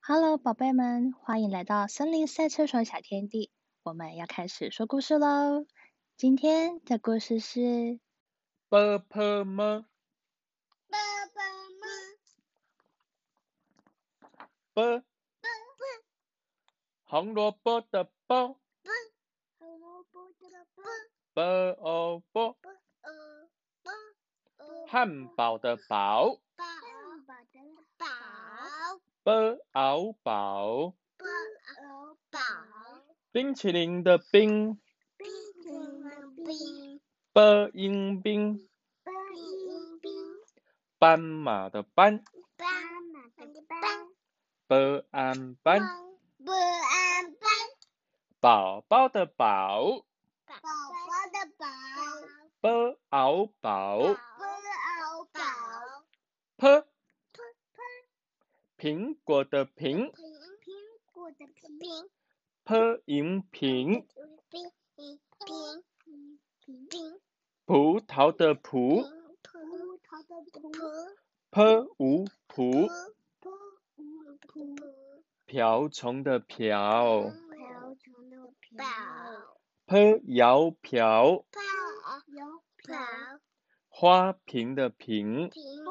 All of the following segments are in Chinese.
Hello，宝贝们，欢迎来到森林赛车手小天地。我们要开始说故事喽。今天的故事是波波猫，爸爸妈波，红萝卜的波，妈，萝卜的卜，波哦波，呃，卜汉堡的堡，堡，汉堡的堡，波敖堡，不呃堡，冰淇淋的冰，冰淇淋冰，波音冰，冰冰，斑马的斑，斑马的斑，波安斑，不安斑，宝宝的宝，宝宝的宝，波敖堡，不熬宝，坡，苹果的苹，苹苹果的苹，坡银苹，冰冰冰冰冰。葡萄的葡，葡萄的葡，坡无葡，葡葡葡，瓢虫的瓢。瓢虫的瓢，坡摇瓢，瓢有瓢，花瓶的瓶，瓶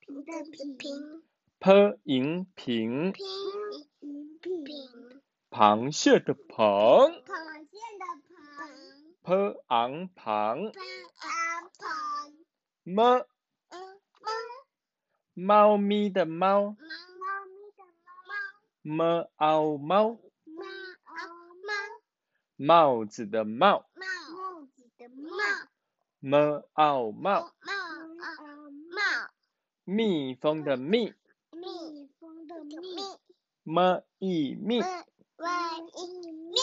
瓶的瓶，瓶坡银瓶，瓶瓶，螃蟹的螃，螃蟹的螃，坡昂螃，螃螃，猫嗯，猫咪的猫，猫猫咪的猫，猫凹猫，猫猫帽子的帽，猫，帽子的帽。猫凹帽，帽帽帽，蜜蜂的蜜，蜜蜂的蜜，猫一蜜，万一蜜，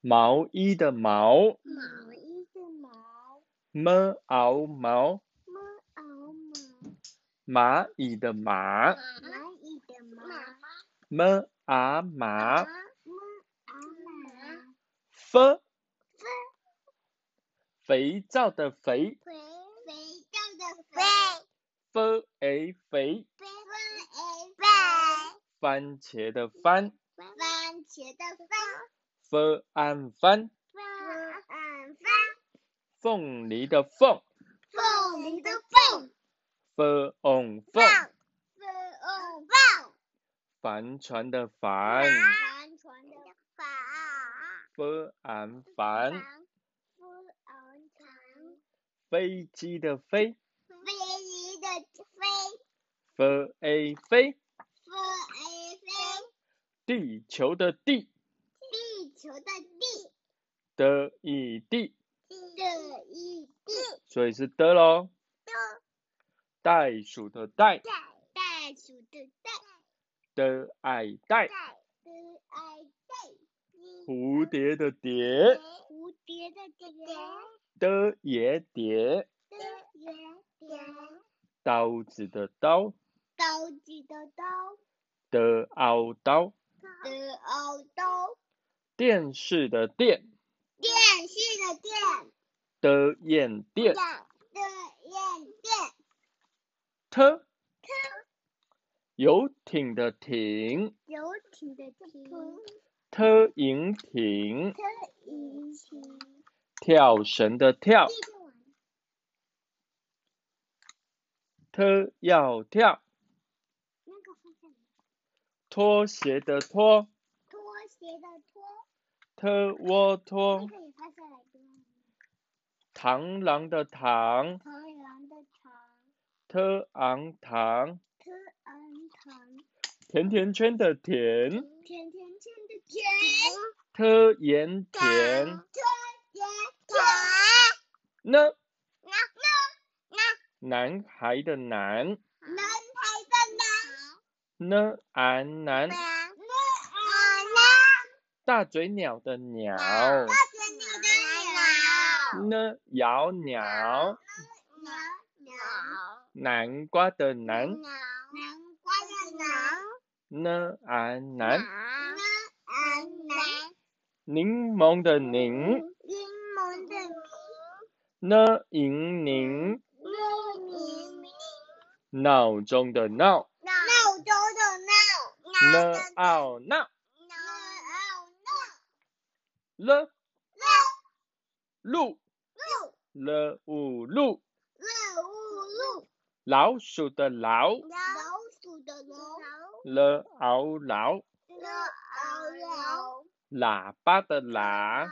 毛衣的毛，毛衣的毛，猫凹毛，猫毛毛，蚂蚁的蚂，蚂蚁的蚂，猫啊麻，猫啊马，飞，肥皂的肥。肥肥皂的肥，飞诶哎肥，肥肥肥，番茄的番，番茄的番，飞安番，番番凤梨的凤，凤梨的凤，飞翁凤，凤凤。帆船的帆帆，船的帆，飞安帆，不昂船，飞机的飞，飞机的飞，飞诶哎飞，飞哎飞，地球的地，地球的地，的一地，的一地，所以是的喽。的袋鼠的袋，袋，袋鼠的袋，的矮袋，袋的爱袋，蝴蝶的蝶，蝴蝶的蝶，的野蝶，的圆点，刀子的刀，刀子的刀，的凹刀。的凹刀，电视的电电视的电，的雁电的眼电。特，游艇的艇游艇的艇，特引艇，车引擎，跳绳的跳特要跳，那个方向，拖鞋的拖拖鞋的拖，特窝那拖，个也发下来的。螳螂的螳螳螂的长，特昂螳，特昂长，甜甜圈的甜甜甜圈的甜，特盐甜，特别甜。呢那那男孩的男那，男孩的男，呢安男，那大嘴鸟的鸟。啊啦，大嘴鸟的鸟，呢摇鸟，鸟鸟。南瓜的南，南瓜的南，呢啊南，南安南，柠檬的柠，柠檬的呢银柠，柠，柠柠，闹钟的闹，闹钟的闹，闹呢奥闹了鹿了五鹿，老鼠的老了嗷老，喇叭的喇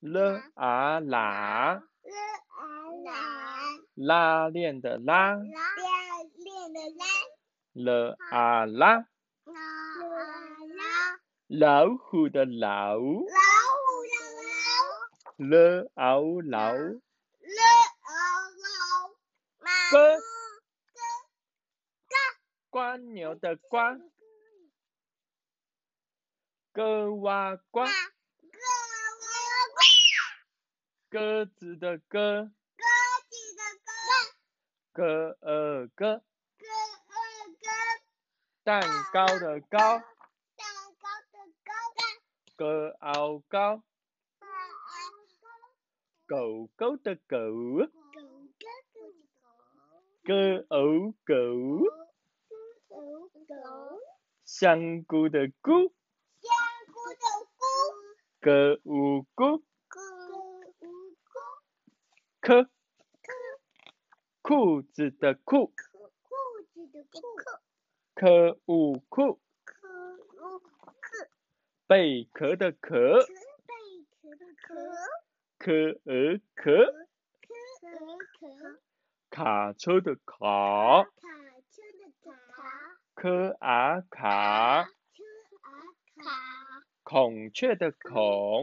了啊喇，拉链的拉了啊拉，老虎的老了嗷老，哥，瓜牛的瓜咯哇呱，鸽子的鸽咯呃咯，蛋糕的糕咯嗷高，狗狗的狗。咯哦狗，香菇的菇，咯五菇，科裤子的裤，科五裤，贝壳的壳，科鹅壳，卡车的卡，科啊卡，孔雀的孔，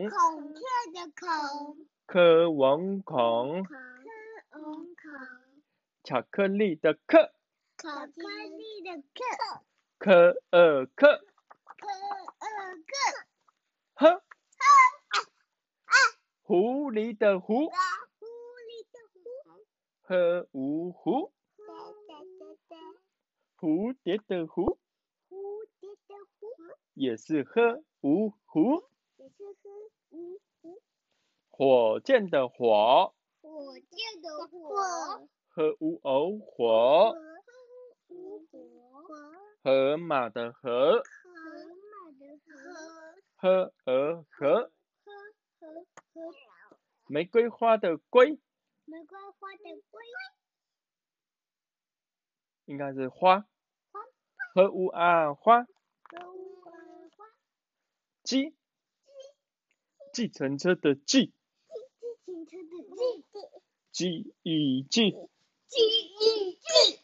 孔雀的孔，科王孔，科翁孔，巧克力的克，巧克力的克，科二克，科二克，呵，狐狸的狐，老狐狸的狐，呵五狐，哒哒哒哒，蝴蝶的蝴蝴蝶的蝴，也是呵芜湖，也是和五湖，火箭的火，火箭的火，和乌偶火，五火，河马的河，河马的河，呵鹅河，河河河，玫瑰花的瑰，玫瑰花的瑰，应该是花，和乌啊花，和五花。鸡，计程车的计，自行车的自，记忆记，记忆记，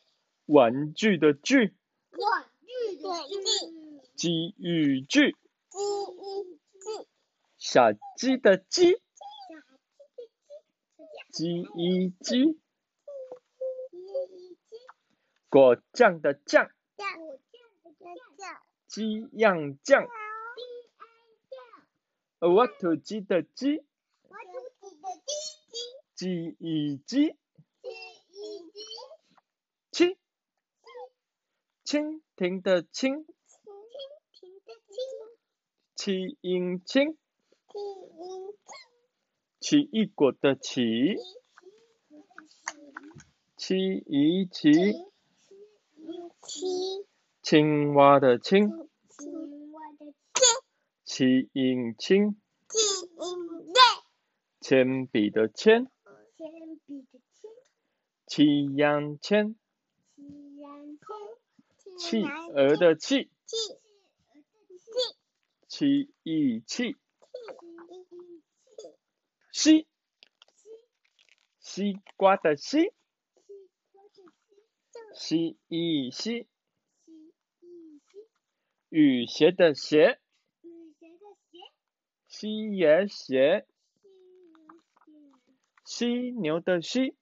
玩具的具，玩具的具，机遇具，记忆记，小鸡的鸡，小鸡鸡的鸡，一鸡，记忆记，果酱的酱，酱酱酱，鸡样酱。我土鸡的鸡，我肚子的鸡鸡，鸡一鸡，记忆记，七，蜻蜓的蜻，蜻蜓的蜻，七英青，记忆奇异果的奇，记，七一奇，七青蛙的青，青蛙的七英青，记忆铅笔的铅，铅笔的铅。七样铅，既然天，企鹅的企，气，七一气，气，西，西瓜的西，气，气，西一西，气，一吸，雨鞋的鞋。雨鞋的鞋，西也鞋，犀犀牛的犀，牛犀，犀牛的犀，犀牛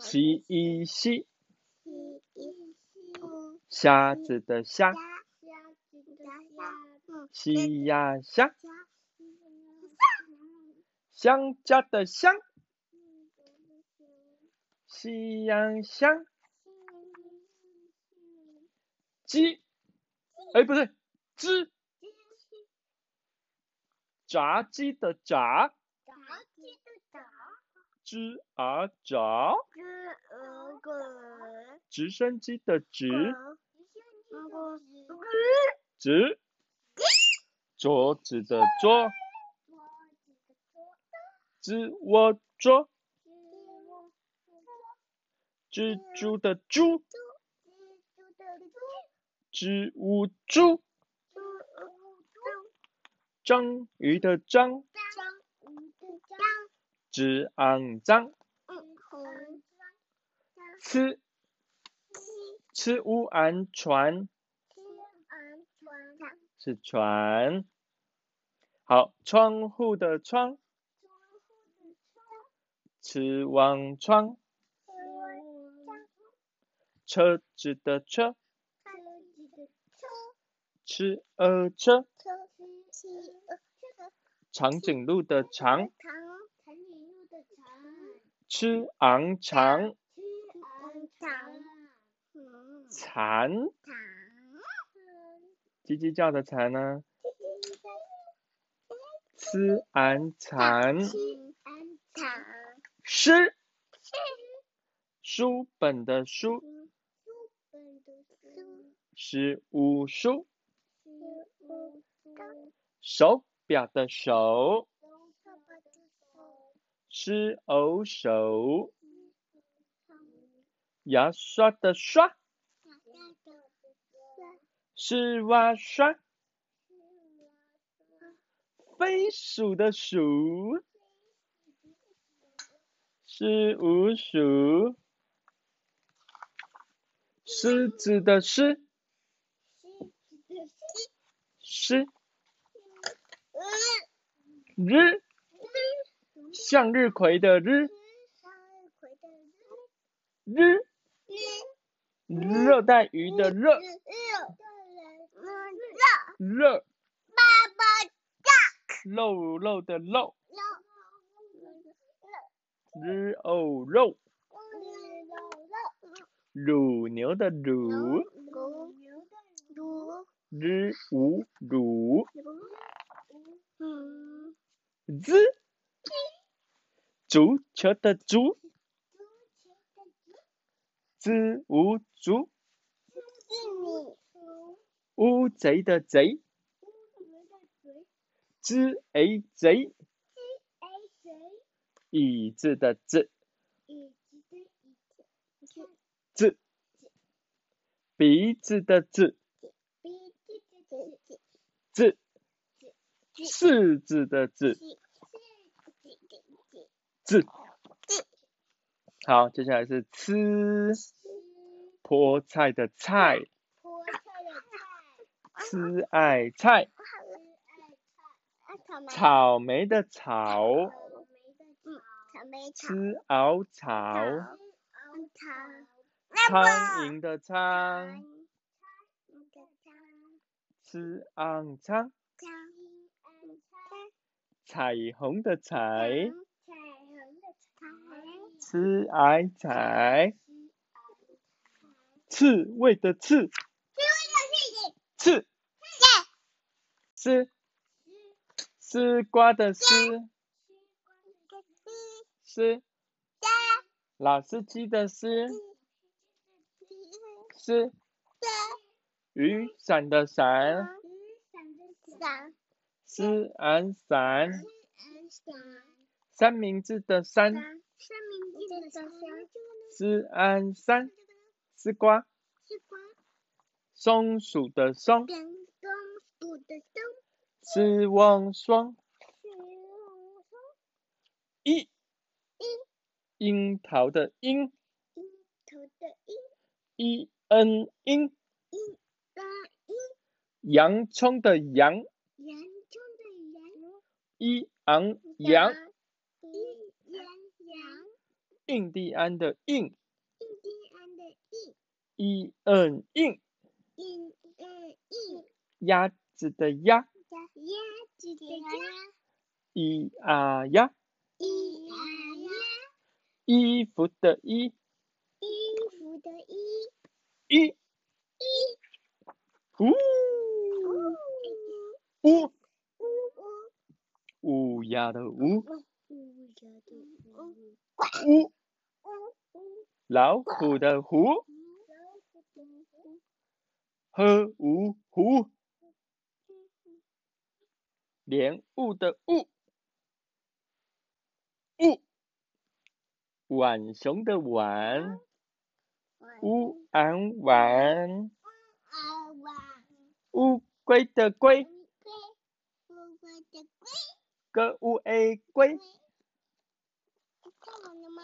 西一西，西一西，虾子的虾鸭，鸭子的鸭，西呀虾，鸭，鸭，香蕉的香，西洋香，鸡，哎不对，鸡，炸鸡的炸，炸鸡的炸。吱啊炸。知鹅滚，直升机的直狗直，桌子的桌，吱窝桌，蜘蛛的蛛，织乌蛛，章鱼的章，直昂脏，吃吃乌安船是船，好，窗户的窗，吃汪窗，车子的车，吃呃车，长颈鹿的长，长长颈鹿的长，吃昂长，吃昂长，嗯，蝉，长，叽叽叫的蝉呢、吃安蝉，吃昂长，诗，书本的书，书本的书，是五书，书本的手表的手，手，爸爸的手，是偶手，牙刷的刷，大大的手，是蛙刷，飞鼠的鼠，是五鼠，狮子的狮，狮日，向日葵的日，日，热带鱼的热，热，肉肉的肉，日哦肉，乳牛的乳，日无乳，z，足球的足，z 无足，乌贼的贼，z a 贼，椅子的子，鼻子的子，子，柿子的子，子。好，接下来是吃菠菜的菜，吃爱菜，草莓的草，吃熬草，苍蝇的苍，吃昂苍，彩虹的彩，吃矮彩，刺猬的刺，刺，丝，丝瓜的丝，丝，老司机的司，丝，雨伞的伞，丝俺伞，三明治的三，丝安三，丝瓜，松鼠的松，丝汪双，一，樱桃的樱，，E 一恩樱，洋葱的洋，，E 一昂 Dạ. 洋，印第安的印，一嗯印，鸭子的鸭，一啊鸭，衣服的衣，一，呜呜，乌鸦的乌，乌老虎的虎，嗯，喝芜湖，莲雾的雾，雾，浣熊的浣，乌安浣，啊哇，乌龟的龟，龟，乌龟的龟，个乌 a 龟，看到了吗？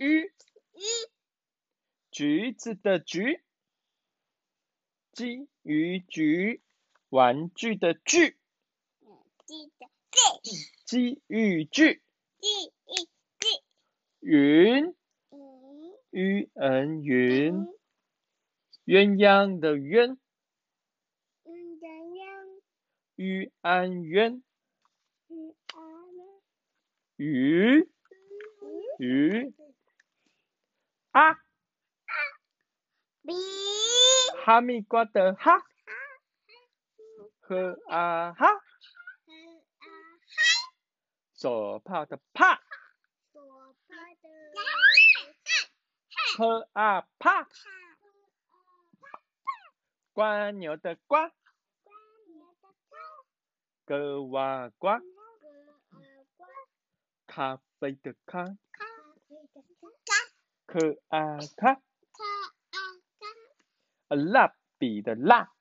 鱼，鱼，橘子的橘，金鱼菊，玩具的具，记得记机遇具，记一，云，嗯，鱼嗯云，鸳鸯的鸳，嗯，怎样？鱼安鸳，嗯啊呢，鱼嗯，鱼啊，比哈密瓜的哈，喝啊哈，啊，手帕的帕，左拍的喝啊帕，瓜牛的瓜，格哇呱，咖啡的咖，可啊咖，啊蜡笔的蜡，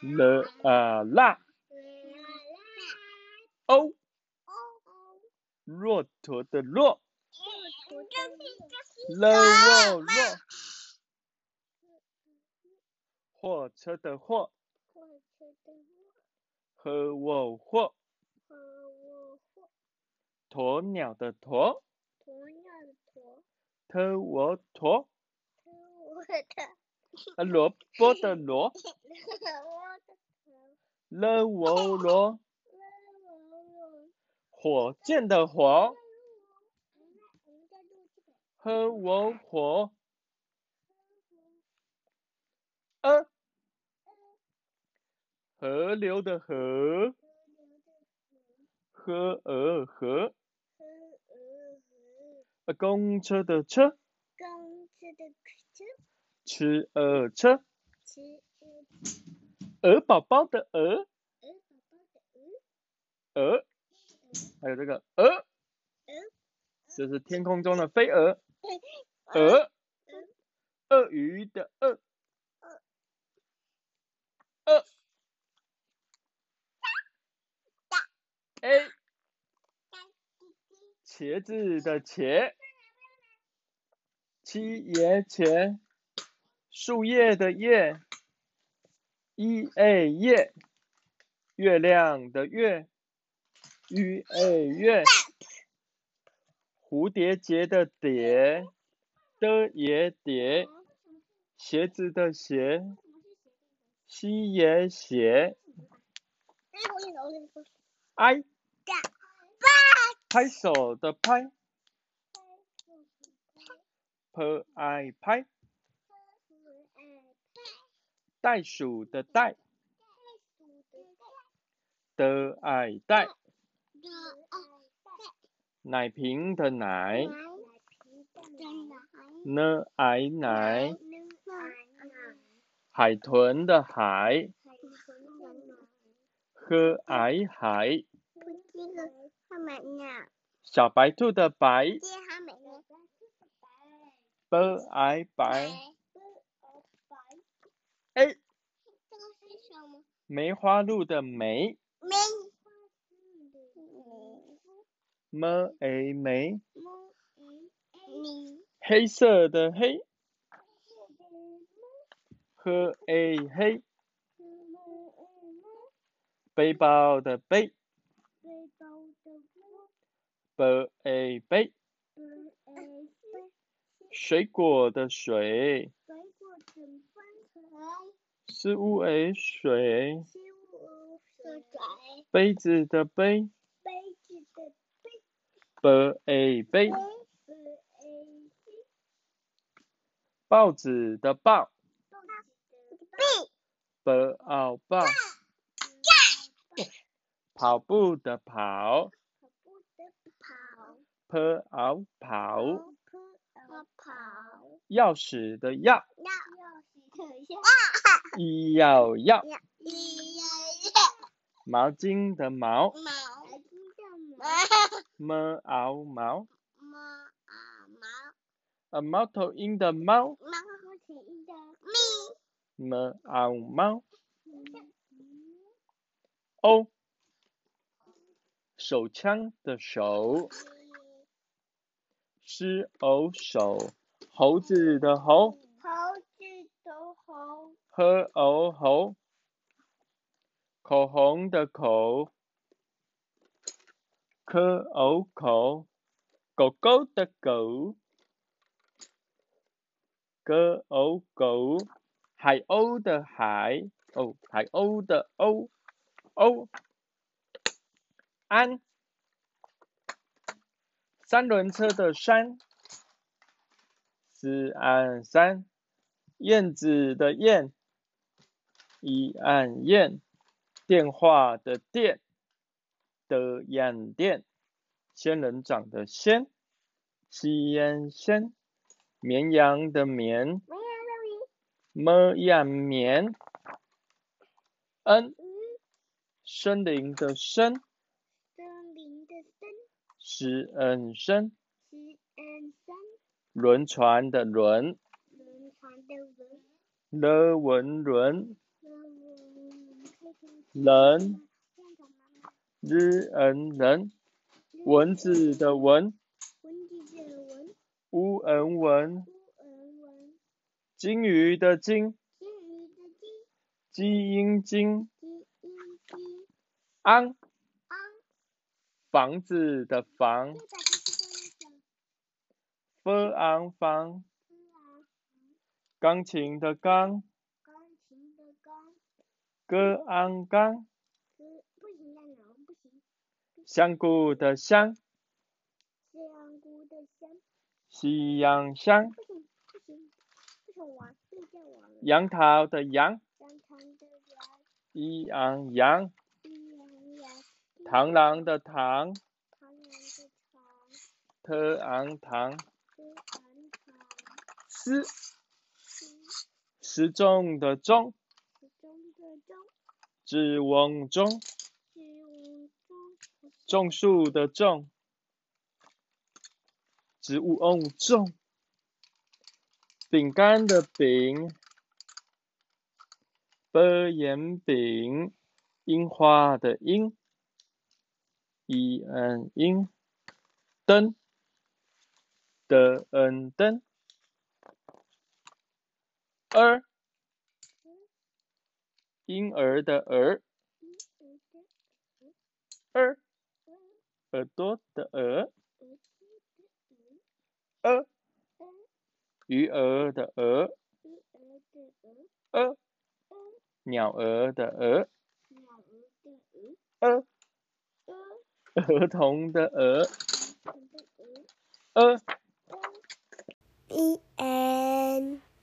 了啊蜡，哦，骆驼的骆，了若若，货车的货，和我货，鸵鸟的鸵，特我鸵，啊萝卜的萝，了我罗，火箭的火，和我火，呃，河流的河，河呃河，啊公车的车，公车的车，吃呃车，吃鹅，鹅宝宝的鹅，鹅宝宝的鹅，鹅，还有这个鹅，就是天空中的飞蛾，鹅，呃鳄鱼的鳄，呃鳄，a 哎茄子的茄，七叶茄，树叶的叶，一 a 叶，月亮的月，鱼 a 月，蝴蝶结的蝶，的也蝶，鞋子的鞋，西也鞋，i 拍手的拍，p i 拍，袋鼠的袋，的爱袋，奶瓶的奶。呢矮奶，海豚的海，喝矮海，小白兔的白，b 矮白，哎，梅花鹿的梅，m a 哎梅，黑色的黑，喝哎 a 黑，背包的背，b a 哎背，水果的水，s u a 水，杯子的杯，b a 杯，报纸的报，b a 报，跑步的跑。p 跑跑，钥匙的钥，要一要要，一呀毛巾的毛，毛毛么嗷毛，毛啊毛呃猫头鹰的猫，毛咪咪么嗷猫，哦，手枪的手，狮偶手，猴子的猴，猴子的猴喝偶猴，口红的口，科偶口，狗狗的狗，歌偶狗，海鸥的海，哦，海鸥的鸥，鸥，安，三轮车的山，四岸三。燕子的燕，一按燕，电话的电，的燕电，仙人掌的仙，吸烟仙，绵羊的绵，没有了么呀绵，嗯，森林的森，森林的森十嗯森，十嗯三轮船的轮，轮船的轮了文轮，轮开天人像个妈妈日嗯人，蚊子的蚊。蚊子的蚊乌恩文，乌儿文金鱼的金，金鱼的金基因金，金鹰鸡安，昂房子的房又，把这是叫什么？ f ang 房，是啊，钢琴的钢，钢琴的钢。歌安钢，不不行的脑不行，香菇的香，香菇的香夕阳香，不行不行，不行玩睡觉玩了。杨桃的杨，香肠的羊，一昂羊，一羊羊，螳螂的螳，螳螂的长，特昂糖，鹅昂长，时鸡时钟的钟，时钟的钟，志翁钟，鸡无钟，种树的种，植物用种，饼干的饼，波眼饼，樱花的樱，一嗯樱，灯的嗯灯，儿，婴儿的儿，鹅儿的鹅，耳朵的耳，鹅鸡的鹅，儿。鹅鱼儿的儿，鸡鹅的鹅，儿，鹅鸟儿的儿，鸟儿的鹅，儿，鹅儿童的儿，儿童的鹅，儿。鹅。 The end.